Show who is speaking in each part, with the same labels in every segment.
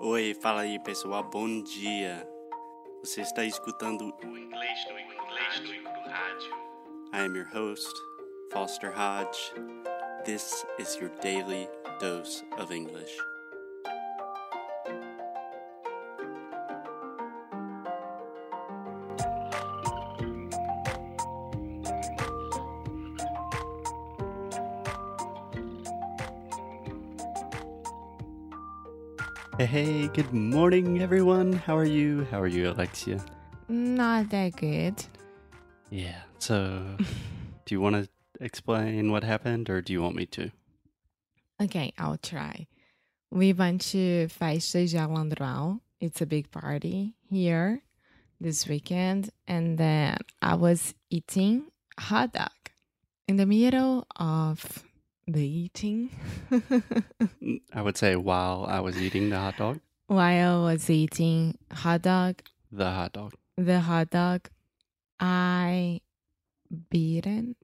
Speaker 1: Oi, fala aí pessoal, bom dia. Você está escutando
Speaker 2: O inglês do inglês do, do rádio.
Speaker 1: I am your host, Foster Hodge. This is your daily dose of English. Hey, hey, good morning, everyone. How are you? How are you, Alexia?
Speaker 3: Not that good.
Speaker 1: Yeah, so do you want to explain what happened or do you want me to?
Speaker 3: Okay, I'll try. We went to Festa Jalandrau. It's a big party here this weekend. And then I was eating hot dog in the middle of the eating.
Speaker 1: I would say while I was eating the hot dog,
Speaker 3: While I was eating hot dog,
Speaker 1: the hot dog,
Speaker 3: the hot dog, I beaten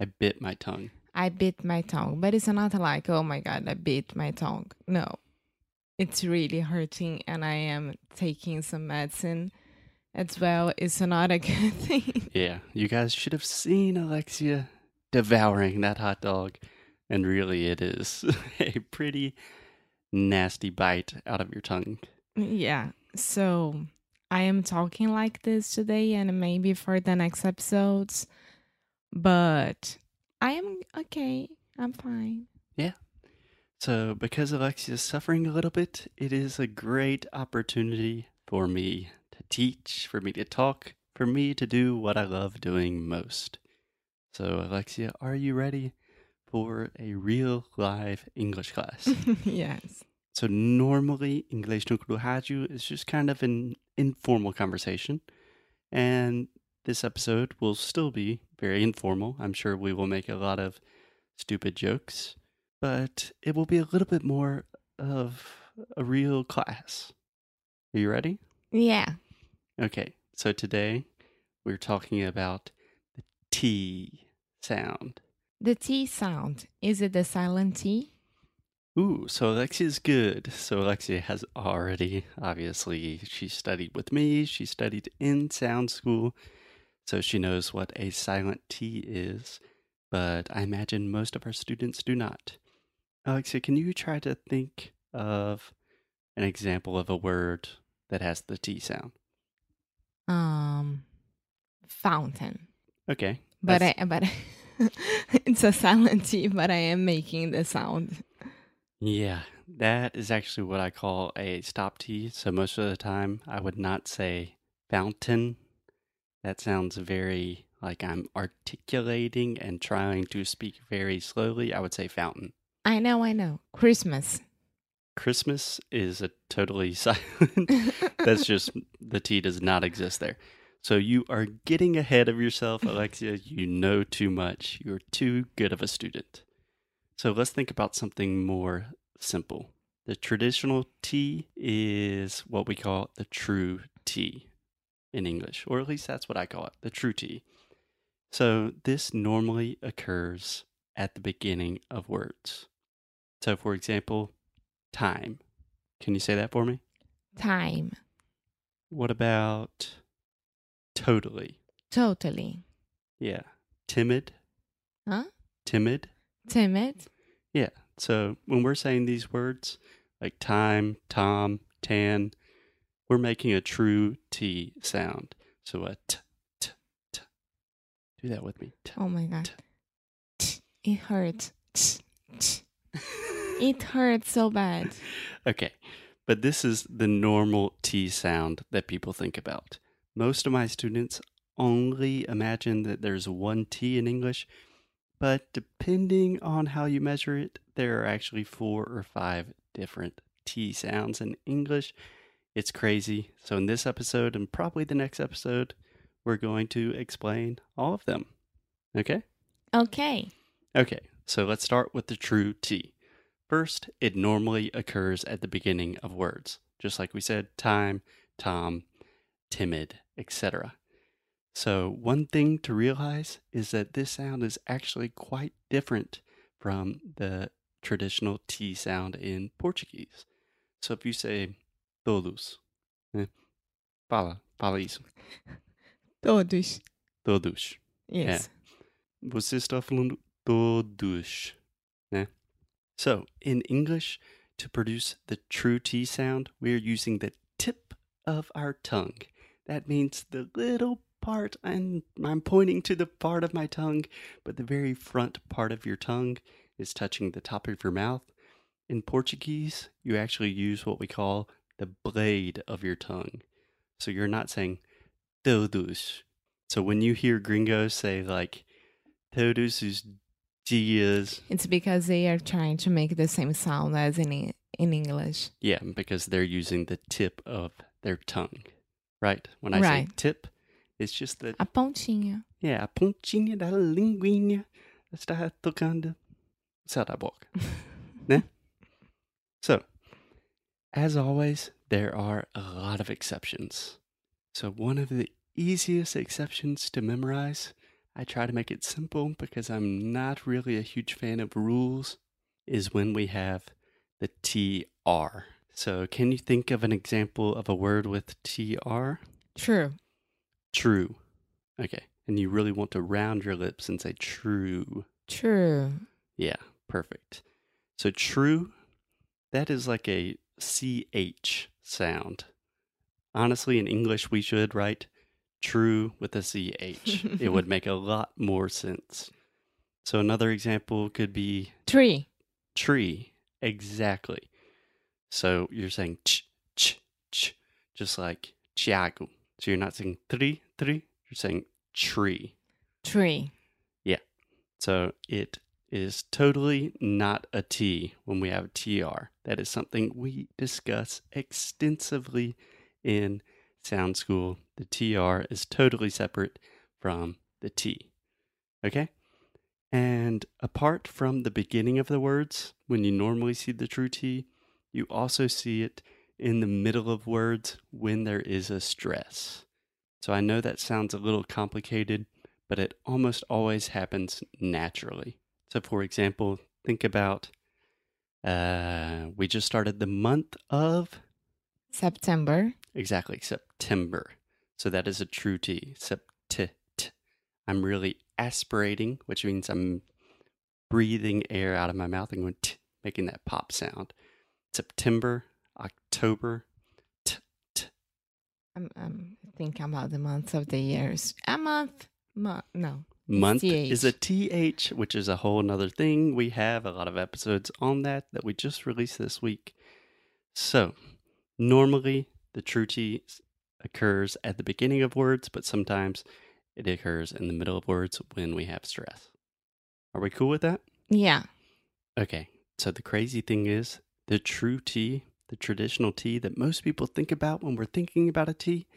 Speaker 1: I bit my tongue.
Speaker 3: I bit my tongue, but it's not like, oh my god, I bit my tongue. No, it's really hurting, and I am taking some medicine as well. It's not a good thing.
Speaker 1: Yeah, you guys should have seen Alexia devouring that hot dog. And really, it is a pretty nasty bite out of your tongue.
Speaker 3: yeah, so I am talking like this today, and maybe for the next episodes, but I am okay. I'm fine.
Speaker 1: So, because Alexia is suffering a little bit, it is a great opportunity for me to teach, for me to talk, for me to do what I love doing most. So, Alexia, are you ready for a real live English class?
Speaker 3: yes.
Speaker 1: So normally English no kuru haju is just kind of an informal conversation. And this episode will still be very informal. I'm sure we will make a lot of stupid jokes, but it will be a little bit more of a real class. Are you ready?
Speaker 3: Yeah.
Speaker 1: Okay. So today we're talking about the T sound.
Speaker 3: The T sound is it the silent T?
Speaker 1: Ooh, so Alexia's good. So Alexia has already, obviously, she studied with me. She studied in sound school. So she knows what a silent T is. But I imagine most of our students do not. Alexia, can you try to think of an example of a word that has the T sound?
Speaker 3: Um, fountain.
Speaker 1: Okay.
Speaker 3: But
Speaker 1: that's-
Speaker 3: I, but it's a silent T, but I am making the sound.
Speaker 1: Yeah, that is actually what I call a stop T. So most of the time, I would not say fountain. That sounds very like I'm articulating and trying to speak very slowly. I would say fountain.
Speaker 3: I know, I know. Christmas.
Speaker 1: Christmas is a totally silent. That's just the T does not exist there. So you are getting ahead of yourself, Alexia. You know too much. You're too good of a student. So let's think about something more simple. The traditional T is what we call the true T in English, or at least that's what I call it, the true T. So this normally occurs at the beginning of words. So, for example, time. Can you say that for me?
Speaker 3: time.
Speaker 1: What about totally?
Speaker 3: Totally.
Speaker 1: Yeah. Timid?
Speaker 3: Huh?
Speaker 1: Timid?
Speaker 3: Timid.
Speaker 1: Yeah. So when we're saying these words like time, tom, tan, we're making a true T sound. So a t, t, t. Do that with me. T.
Speaker 3: Oh my god. It hurts. It hurts so bad.
Speaker 1: Okay. But this is the normal T sound that people think about. Most of my students only imagine that there's one T in English, but depending on how you measure it, there are actually four or five different T sounds in English. It's crazy. So, in this episode and probably the next episode, we're going to explain all of them. Okay?
Speaker 3: Okay.
Speaker 1: Okay, so let's start with the true T. First, it normally occurs at the beginning of words, just like we said time, tom, timid, etc. So, one thing to realize is that this sound is actually quite different from the traditional T sound in Portuguese. So, if you say Todos. né? Fala, fala isso.
Speaker 3: Todos.
Speaker 1: Todos.
Speaker 3: Oh, Yes.
Speaker 1: Você está falando todos, né? So, in English, to produce the true T sound, we're using the tip of our tongue. That means the little part, and I'm pointing to the part of my tongue, but the very front part of your tongue is touching the top of your mouth. In Portuguese, you actually use what we call the blade of your tongue. So you're not saying todos. So when you hear gringos say like todos is dias,
Speaker 3: It's because they are trying to make the same sound as in E- in English.
Speaker 1: yeah, because they're using the tip of their tongue, right? When I say
Speaker 3: Right.
Speaker 1: tip, it's just the
Speaker 3: A pontinha.
Speaker 1: yeah, a pontinha da linguinha está tocando inside a boca. So, as always, there are a lot of exceptions. So, one of the easiest exceptions to memorize, I try to make it simple because I'm not really a huge fan of rules, is when we have the TR. So, can you think of an example of a word with TR?
Speaker 3: True.
Speaker 1: True. Okay. And you really want to round your lips and say true.
Speaker 3: True.
Speaker 1: Yeah, perfect. So true, that is like a CH sound. Honestly, in English, we should write true with a CH. it would make a lot more sense. So another example could be
Speaker 3: Tree.
Speaker 1: tree. Exactly. So you're saying ch, ch, ch, just like Thiago. So you're not saying tree, tree, you're saying tree.
Speaker 3: Tree.
Speaker 1: So it is totally not a T when we have TR. That is something we discuss extensively in sound school. The TR is totally separate from the T. Okay? And apart from the beginning of the words, when you normally see the true T, you also see it in the middle of words when there is a stress. So I know that sounds a little complicated, but it almost always happens naturally. So, for example, think about uh, we just started the month of
Speaker 3: September.
Speaker 1: exactly September. So that is a true T. Sept. I'm really aspirating, which means I'm breathing air out of my mouth and going t, making that pop sound. September, October. T, t.
Speaker 3: I'm, I'm thinking about the months of the years. A month. Month. No.
Speaker 1: month
Speaker 3: TH.
Speaker 1: is a th which is a whole nother thing we have a lot of episodes on that that we just released this week so normally the true t s- occurs at the beginning of words but sometimes it occurs in the middle of words when we have stress are we cool with that
Speaker 3: Yeah.
Speaker 1: Okay. So the crazy thing is the true tea, the traditional tea that most people think about when we're thinking about a tea,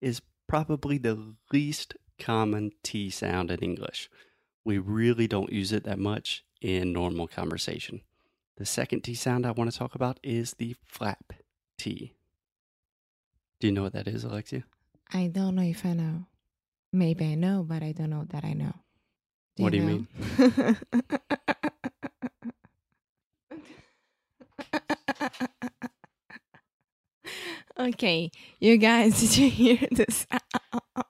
Speaker 1: is probably the least common T sound in English. We really don't use it that much in normal conversation. The second T sound I want to talk about is the flap T. Do you know what that is, Alexia?
Speaker 3: I don't know if I know. Maybe I know, but I don't know that I know.
Speaker 1: What do you
Speaker 3: know? okay, you guys, did you hear this?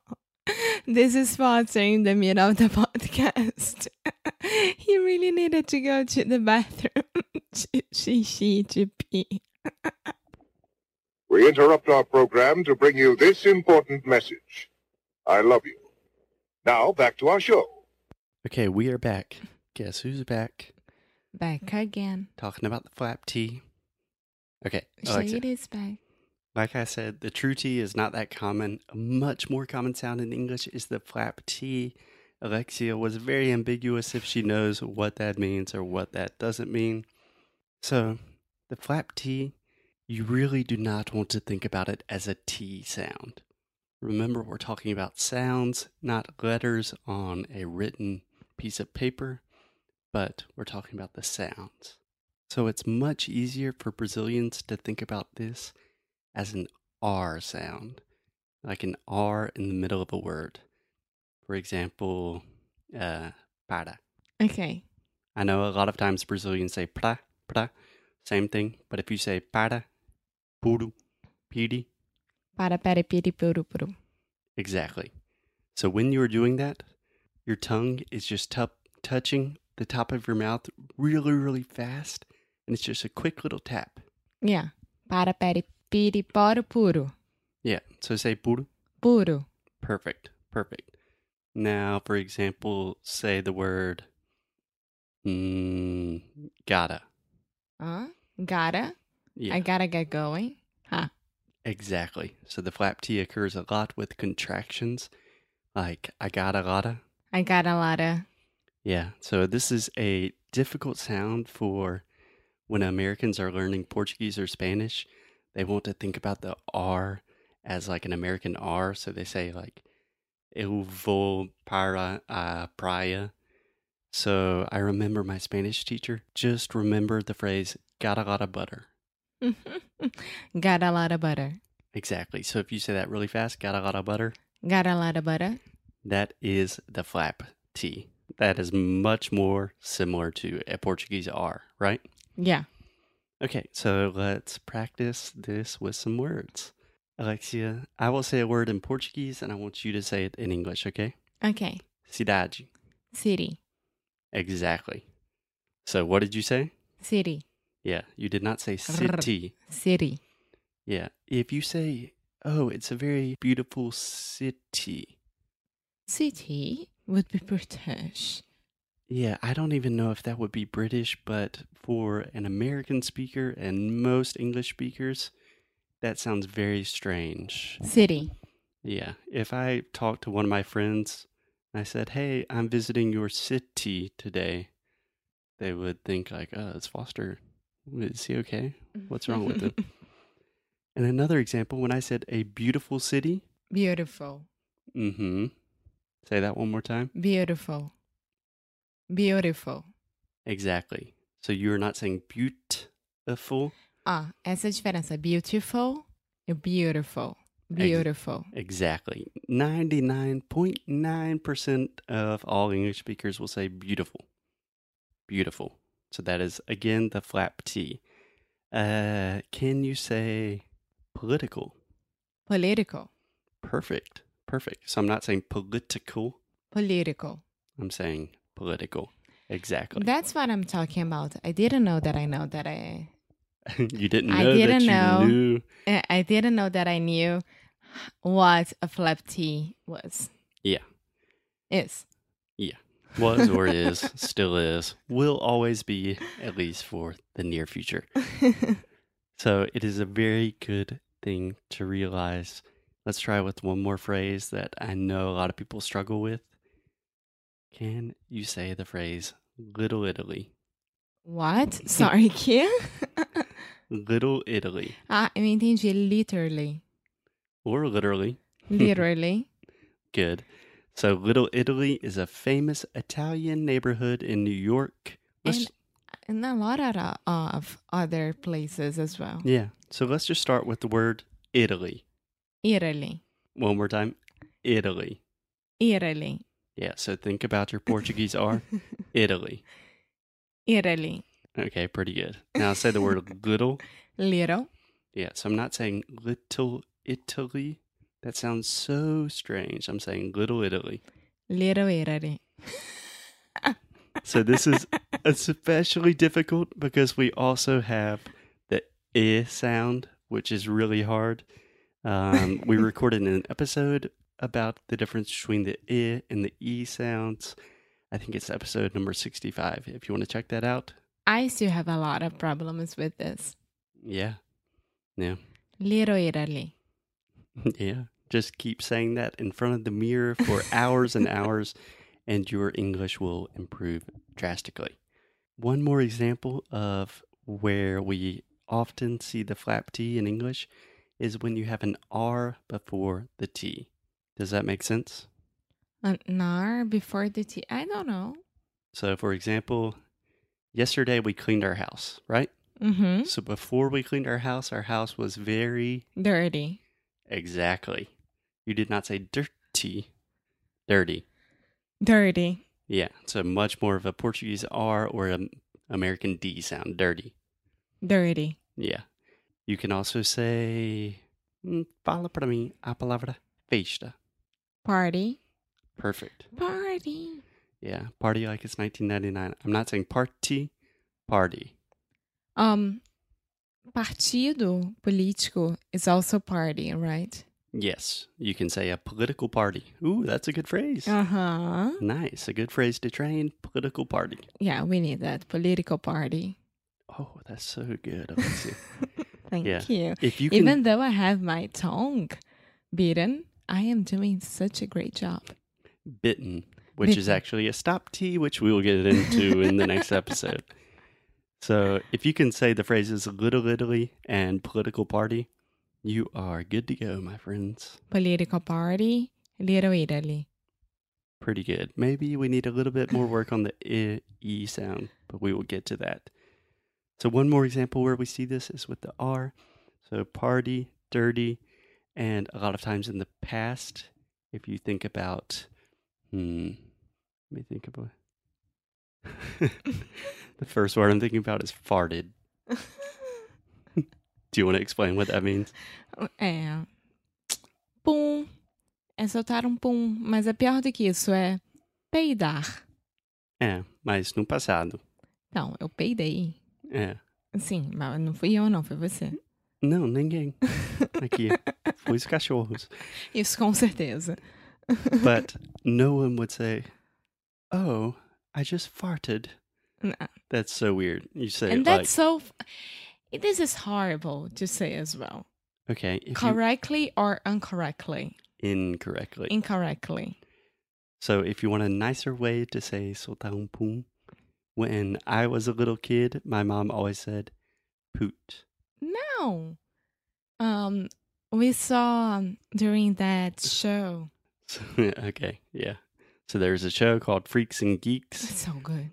Speaker 3: this is Walter in the middle of the podcast. he really needed to go to the bathroom. she, she, she, to pee.
Speaker 4: We interrupt our program to bring you this important message. I love you. Now, back to our show.
Speaker 1: Okay, we are back. Guess who's back?
Speaker 3: Back again.
Speaker 1: Talking about the flap T. Okay, Alexia.
Speaker 3: Shade is back.
Speaker 1: Like I said, the true T is not that common. A much more common sound in English is the flap T. Alexia was very ambiguous if she knows what that means or what that doesn't mean. So, the flap T, you really do not want to think about it as a T sound. Remember, we're talking about sounds, not letters on a written piece of paper, but we're talking about the sounds. So, it's much easier for Brazilians to think about this as an R sound, like an R in the middle of a word. For example, uh, para.
Speaker 3: Okay.
Speaker 1: I know a lot of times Brazilians say pra, pra, same thing, but if you say para, puro, Beauty.
Speaker 3: Para pere piri puru puru.
Speaker 1: Exactly. So when you're doing that, your tongue is just tup touching the top of your mouth really, really fast. And it's just a quick little tap.
Speaker 3: Yeah. Para pere piri poru puru.
Speaker 1: Yeah. So say puru.
Speaker 3: Puru.
Speaker 1: Perfect. Perfect. Now, for example, say the word mm, gotta.
Speaker 3: Huh? Gotta.
Speaker 1: Yeah.
Speaker 3: I gotta get going. Huh.
Speaker 1: exactly. So the flap T occurs a lot with contractions, like I gotta gotta.
Speaker 3: I got a lot of.
Speaker 1: Yeah. So this is a difficult sound for when Americans are learning Portuguese or Spanish. They want to think about the R as like an American R. So they say like eu vou para a praia. So I remember my Spanish teacher just remember the phrase gotta gotta butter.
Speaker 3: got a lot of butter.
Speaker 1: Exactly. So if you say that really fast, gotta gotta butter,
Speaker 3: Got a lot of butter.
Speaker 1: that is the flap T. That is much more similar to a Portuguese R, right?
Speaker 3: Yeah.
Speaker 1: Okay, so let's practice this with some words. Alexia, I will say a word in Portuguese and I want you to say it in English, okay?
Speaker 3: Okay.
Speaker 1: Cidade.
Speaker 3: City.
Speaker 1: Exactly. So what did you say?
Speaker 3: City.
Speaker 1: Yeah, you did not say
Speaker 3: Rrr.
Speaker 1: city.
Speaker 3: City.
Speaker 1: Yeah. If you say, oh, it's a very beautiful city.
Speaker 3: City would be British.
Speaker 1: Yeah, I don't even know if that would be British, but for an American speaker and most English speakers, that sounds very strange.
Speaker 3: City.
Speaker 1: Yeah. If I talked to one of my friends and I said, Hey, I'm visiting your city today, they would think, like, oh, it's Foster. Is he okay? What's wrong with him? and another example, when I said a beautiful city,
Speaker 3: Beautiful.
Speaker 1: mm hmm. Say that one more time.
Speaker 3: Beautiful. Beautiful.
Speaker 1: Exactly. So you're not saying beautiful.
Speaker 3: Ah, essa é a diferença. Beautiful e beautiful. Beautiful.
Speaker 1: Exactly. 99.9% of all English speakers will say beautiful. Beautiful. So that is, again, the flap T. Uh, can you say political?
Speaker 3: Political.
Speaker 1: Perfect. Perfect. So I'm not saying political,
Speaker 3: Political.
Speaker 1: I'm saying political. Exactly.
Speaker 3: That's what I'm talking about. I didn't know that I know that I
Speaker 1: you didn't know
Speaker 3: I didn't
Speaker 1: that you
Speaker 3: know.
Speaker 1: knew.
Speaker 3: I I didn't know that I knew what a flap T was.
Speaker 1: Yeah.
Speaker 3: Is.
Speaker 1: Was or is, still is, will always be, at least for the near future. So it is a very good thing to realize. Let's try with one more phrase that I know a lot of people struggle with. Can you say the phrase Little Italy?
Speaker 3: what? Sorry, que?
Speaker 1: Little Italy.
Speaker 3: ah, eu entendi. Literally.
Speaker 1: Or literally.
Speaker 3: Literally.
Speaker 1: Good. So Little Italy is a famous Italian neighborhood in New York. Let's-
Speaker 3: and a lot of, uh, of other places as well.
Speaker 1: yeah. So let's just start with the word Italy.
Speaker 3: Italy.
Speaker 1: One more time. Italy.
Speaker 3: Italy.
Speaker 1: Yeah. So think about your Portuguese R. Italy.
Speaker 3: Italy.
Speaker 1: Okay, pretty good. Now say the word little.
Speaker 3: Little.
Speaker 1: Yeah, so I'm not saying little Italy. That sounds so strange. I'm saying little Italy.
Speaker 3: Little Italy.
Speaker 1: So this is especially difficult because we also have the I sound, which is really hard. Um, we recorded an episode about the difference between the I and the E sounds. I think it's episode number 65. If you want to check that out,
Speaker 3: I still have a lot of problems with this.
Speaker 1: yeah. Yeah.
Speaker 3: Little Italy.
Speaker 1: Yeah. Just keep saying that in front of the mirror for hours and hours, and your English will improve drastically. One more example of where we often see the flap T in English is when you have an R before the T. Does that make sense?
Speaker 3: An R before the T. I don't know.
Speaker 1: So, for example, yesterday we cleaned our house, right?
Speaker 3: Mm-hmm.
Speaker 1: So, before we cleaned our house, our house was very
Speaker 3: Dirty.
Speaker 1: exactly. You did not say dirty, dirty.
Speaker 3: Dirty.
Speaker 1: Yeah, so much more of a Portuguese R or an American D sound, dirty.
Speaker 3: Dirty.
Speaker 1: Yeah. You can also say Hum, Fala pra mim a palavra festa.
Speaker 3: Party.
Speaker 1: Perfect.
Speaker 3: Party.
Speaker 1: Yeah, party like it's 1999. I'm not saying party, party.
Speaker 3: Um, partido político is also party, right?
Speaker 1: Yes, you can say a political party. Ooh, that's a good phrase.
Speaker 3: Uh huh.
Speaker 1: Nice, a good phrase to train. Political party.
Speaker 3: Yeah, we need that political party.
Speaker 1: Oh, that's so good, Alexia.
Speaker 3: Thank
Speaker 1: Yeah.
Speaker 3: you.
Speaker 1: if you can,
Speaker 3: Even though I have my tongue beaten, I am doing such a great job.
Speaker 1: bitten, which is
Speaker 3: Bitten.
Speaker 1: actually a stop T, which we will get into in the next episode. So if you can say the phrases little Italy and political party, you are good to go, my friends.
Speaker 3: Political party, Little Italy.
Speaker 1: Pretty good. Maybe we need a little bit more work on the I, E sound, but we will get to that. So one more example where we see this is with the R. So party, dirty, and a lot of times in the past, if you think about, hmm, let me think about. the first word I'm thinking about is farted. Do you want to explain what that means?
Speaker 3: É. Pum. É soltar um pum. Mas é pior do que isso, é peidar.
Speaker 1: É, Eh, mas no passado.
Speaker 3: Não, eu peidei.
Speaker 1: É.
Speaker 3: Sim, mas não fui eu, não, foi você.
Speaker 1: Não, ninguém. Aqui. Foi os cachorros.
Speaker 3: Isso com certeza.
Speaker 1: but no one would say, "Oh, I just farted."
Speaker 3: Nah.
Speaker 1: That's so weird. You say
Speaker 3: And
Speaker 1: it
Speaker 3: that's so. F- this is horrible to say as well.
Speaker 1: like okay, if you-
Speaker 3: Correctly or incorrectly?
Speaker 1: incorrectly.
Speaker 3: Incorrectly.
Speaker 1: so if you want a nicer way to say "soltar um pum," when I was a little kid, my mom always said "poot."
Speaker 3: No. Um, we saw um, during that show.
Speaker 1: So, okay, yeah. So there's a show called Freaks and Geeks.
Speaker 3: It's so good.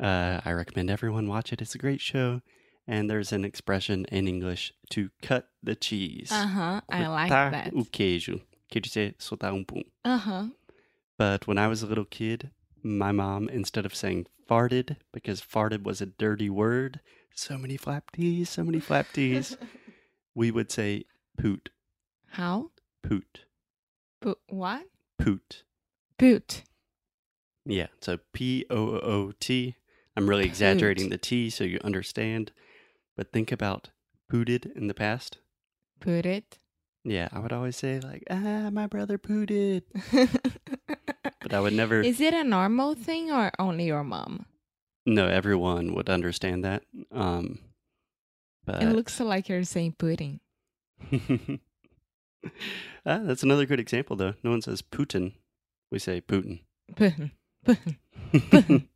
Speaker 1: Uh, I recommend everyone watch it. It's a great show. And there's an expression in English to cut the cheese.
Speaker 3: Uh huh. I like
Speaker 1: cortar
Speaker 3: that.
Speaker 1: Tá o queijo, quer dizer soltar um pum.
Speaker 3: Uh huh.
Speaker 1: But when I was a little kid, my mom, instead of saying farted, because farted was a dirty word, so many flap tees, so many flap tees, we would say poot,
Speaker 3: How?
Speaker 1: poot,
Speaker 3: Put what?
Speaker 1: poot.
Speaker 3: Boot.
Speaker 1: Yeah, so P O O O T. I'm really exaggerating the T so you understand, but think about pooted in the past.
Speaker 3: Put it.
Speaker 1: Yeah, I would always say, like, ah, my brother pooted. But I would never.
Speaker 3: Is it a normal thing or only your mom?
Speaker 1: No, everyone would understand that. Um, but
Speaker 3: It looks like you're saying pudding.
Speaker 1: ah, that's another good example, though. No one says Putin; we say Putin.
Speaker 3: Pudding. Pudding.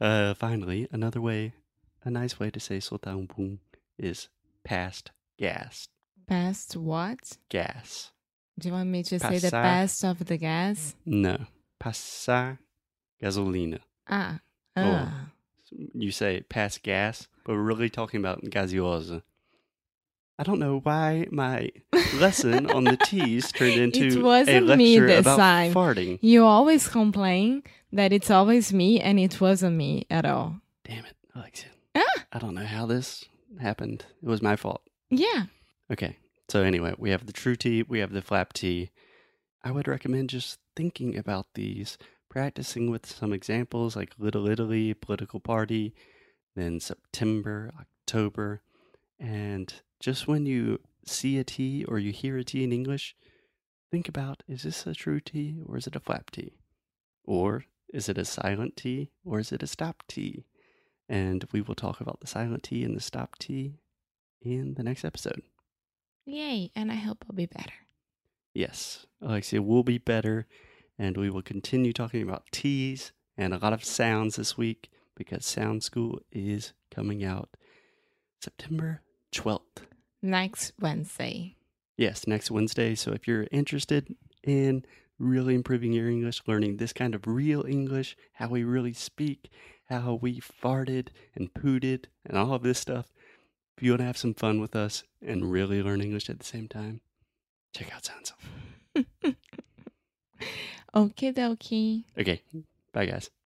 Speaker 1: uh, finally, another way, a nice way to say "soltar um pum" is past gas.
Speaker 3: Past what?
Speaker 1: Gas.
Speaker 3: Do you want me to say the
Speaker 1: Passar.
Speaker 3: best of the gas?
Speaker 1: No, passar gasolina.
Speaker 3: Ah.
Speaker 1: Oh.
Speaker 3: Ah.
Speaker 1: You say pass gas, but we're really talking about gaseosa. I don't know why my lesson on the T's turned into
Speaker 3: It wasn't
Speaker 1: a
Speaker 3: me
Speaker 1: lecture
Speaker 3: this
Speaker 1: about
Speaker 3: time.
Speaker 1: farting.
Speaker 3: You always complain that it's always me and it wasn't me at all.
Speaker 1: Damn it, Alexia.
Speaker 3: Ah.
Speaker 1: I don't know how this happened. It was my fault.
Speaker 3: Yeah.
Speaker 1: Okay. So anyway, we have the true T, we have the flap T. I would recommend just thinking about these, practicing with some examples like Little Italy, political party, then September, October, and just when you see a T or you hear a T in English, think about is this a true T or is it a flap T? Or is it a silent T or is it a stop T? And we will talk about the silent T and the stop T in the next episode.
Speaker 3: Yay. And I hope I'll be better.
Speaker 1: Yes, Alexia will be better, and we will continue talking about T's and a lot of sounds this week because Sound School is coming out September 12th.
Speaker 3: Next Wednesday.
Speaker 1: Yes, next Wednesday. So if you're interested in really improving your English, learning this kind of real English, how we really speak, how we farted and pooted and all of this stuff, if you want to have some fun with us and really learn English at the same time, check out Sound School.
Speaker 3: Okie dokie.
Speaker 1: Okay, bye guys.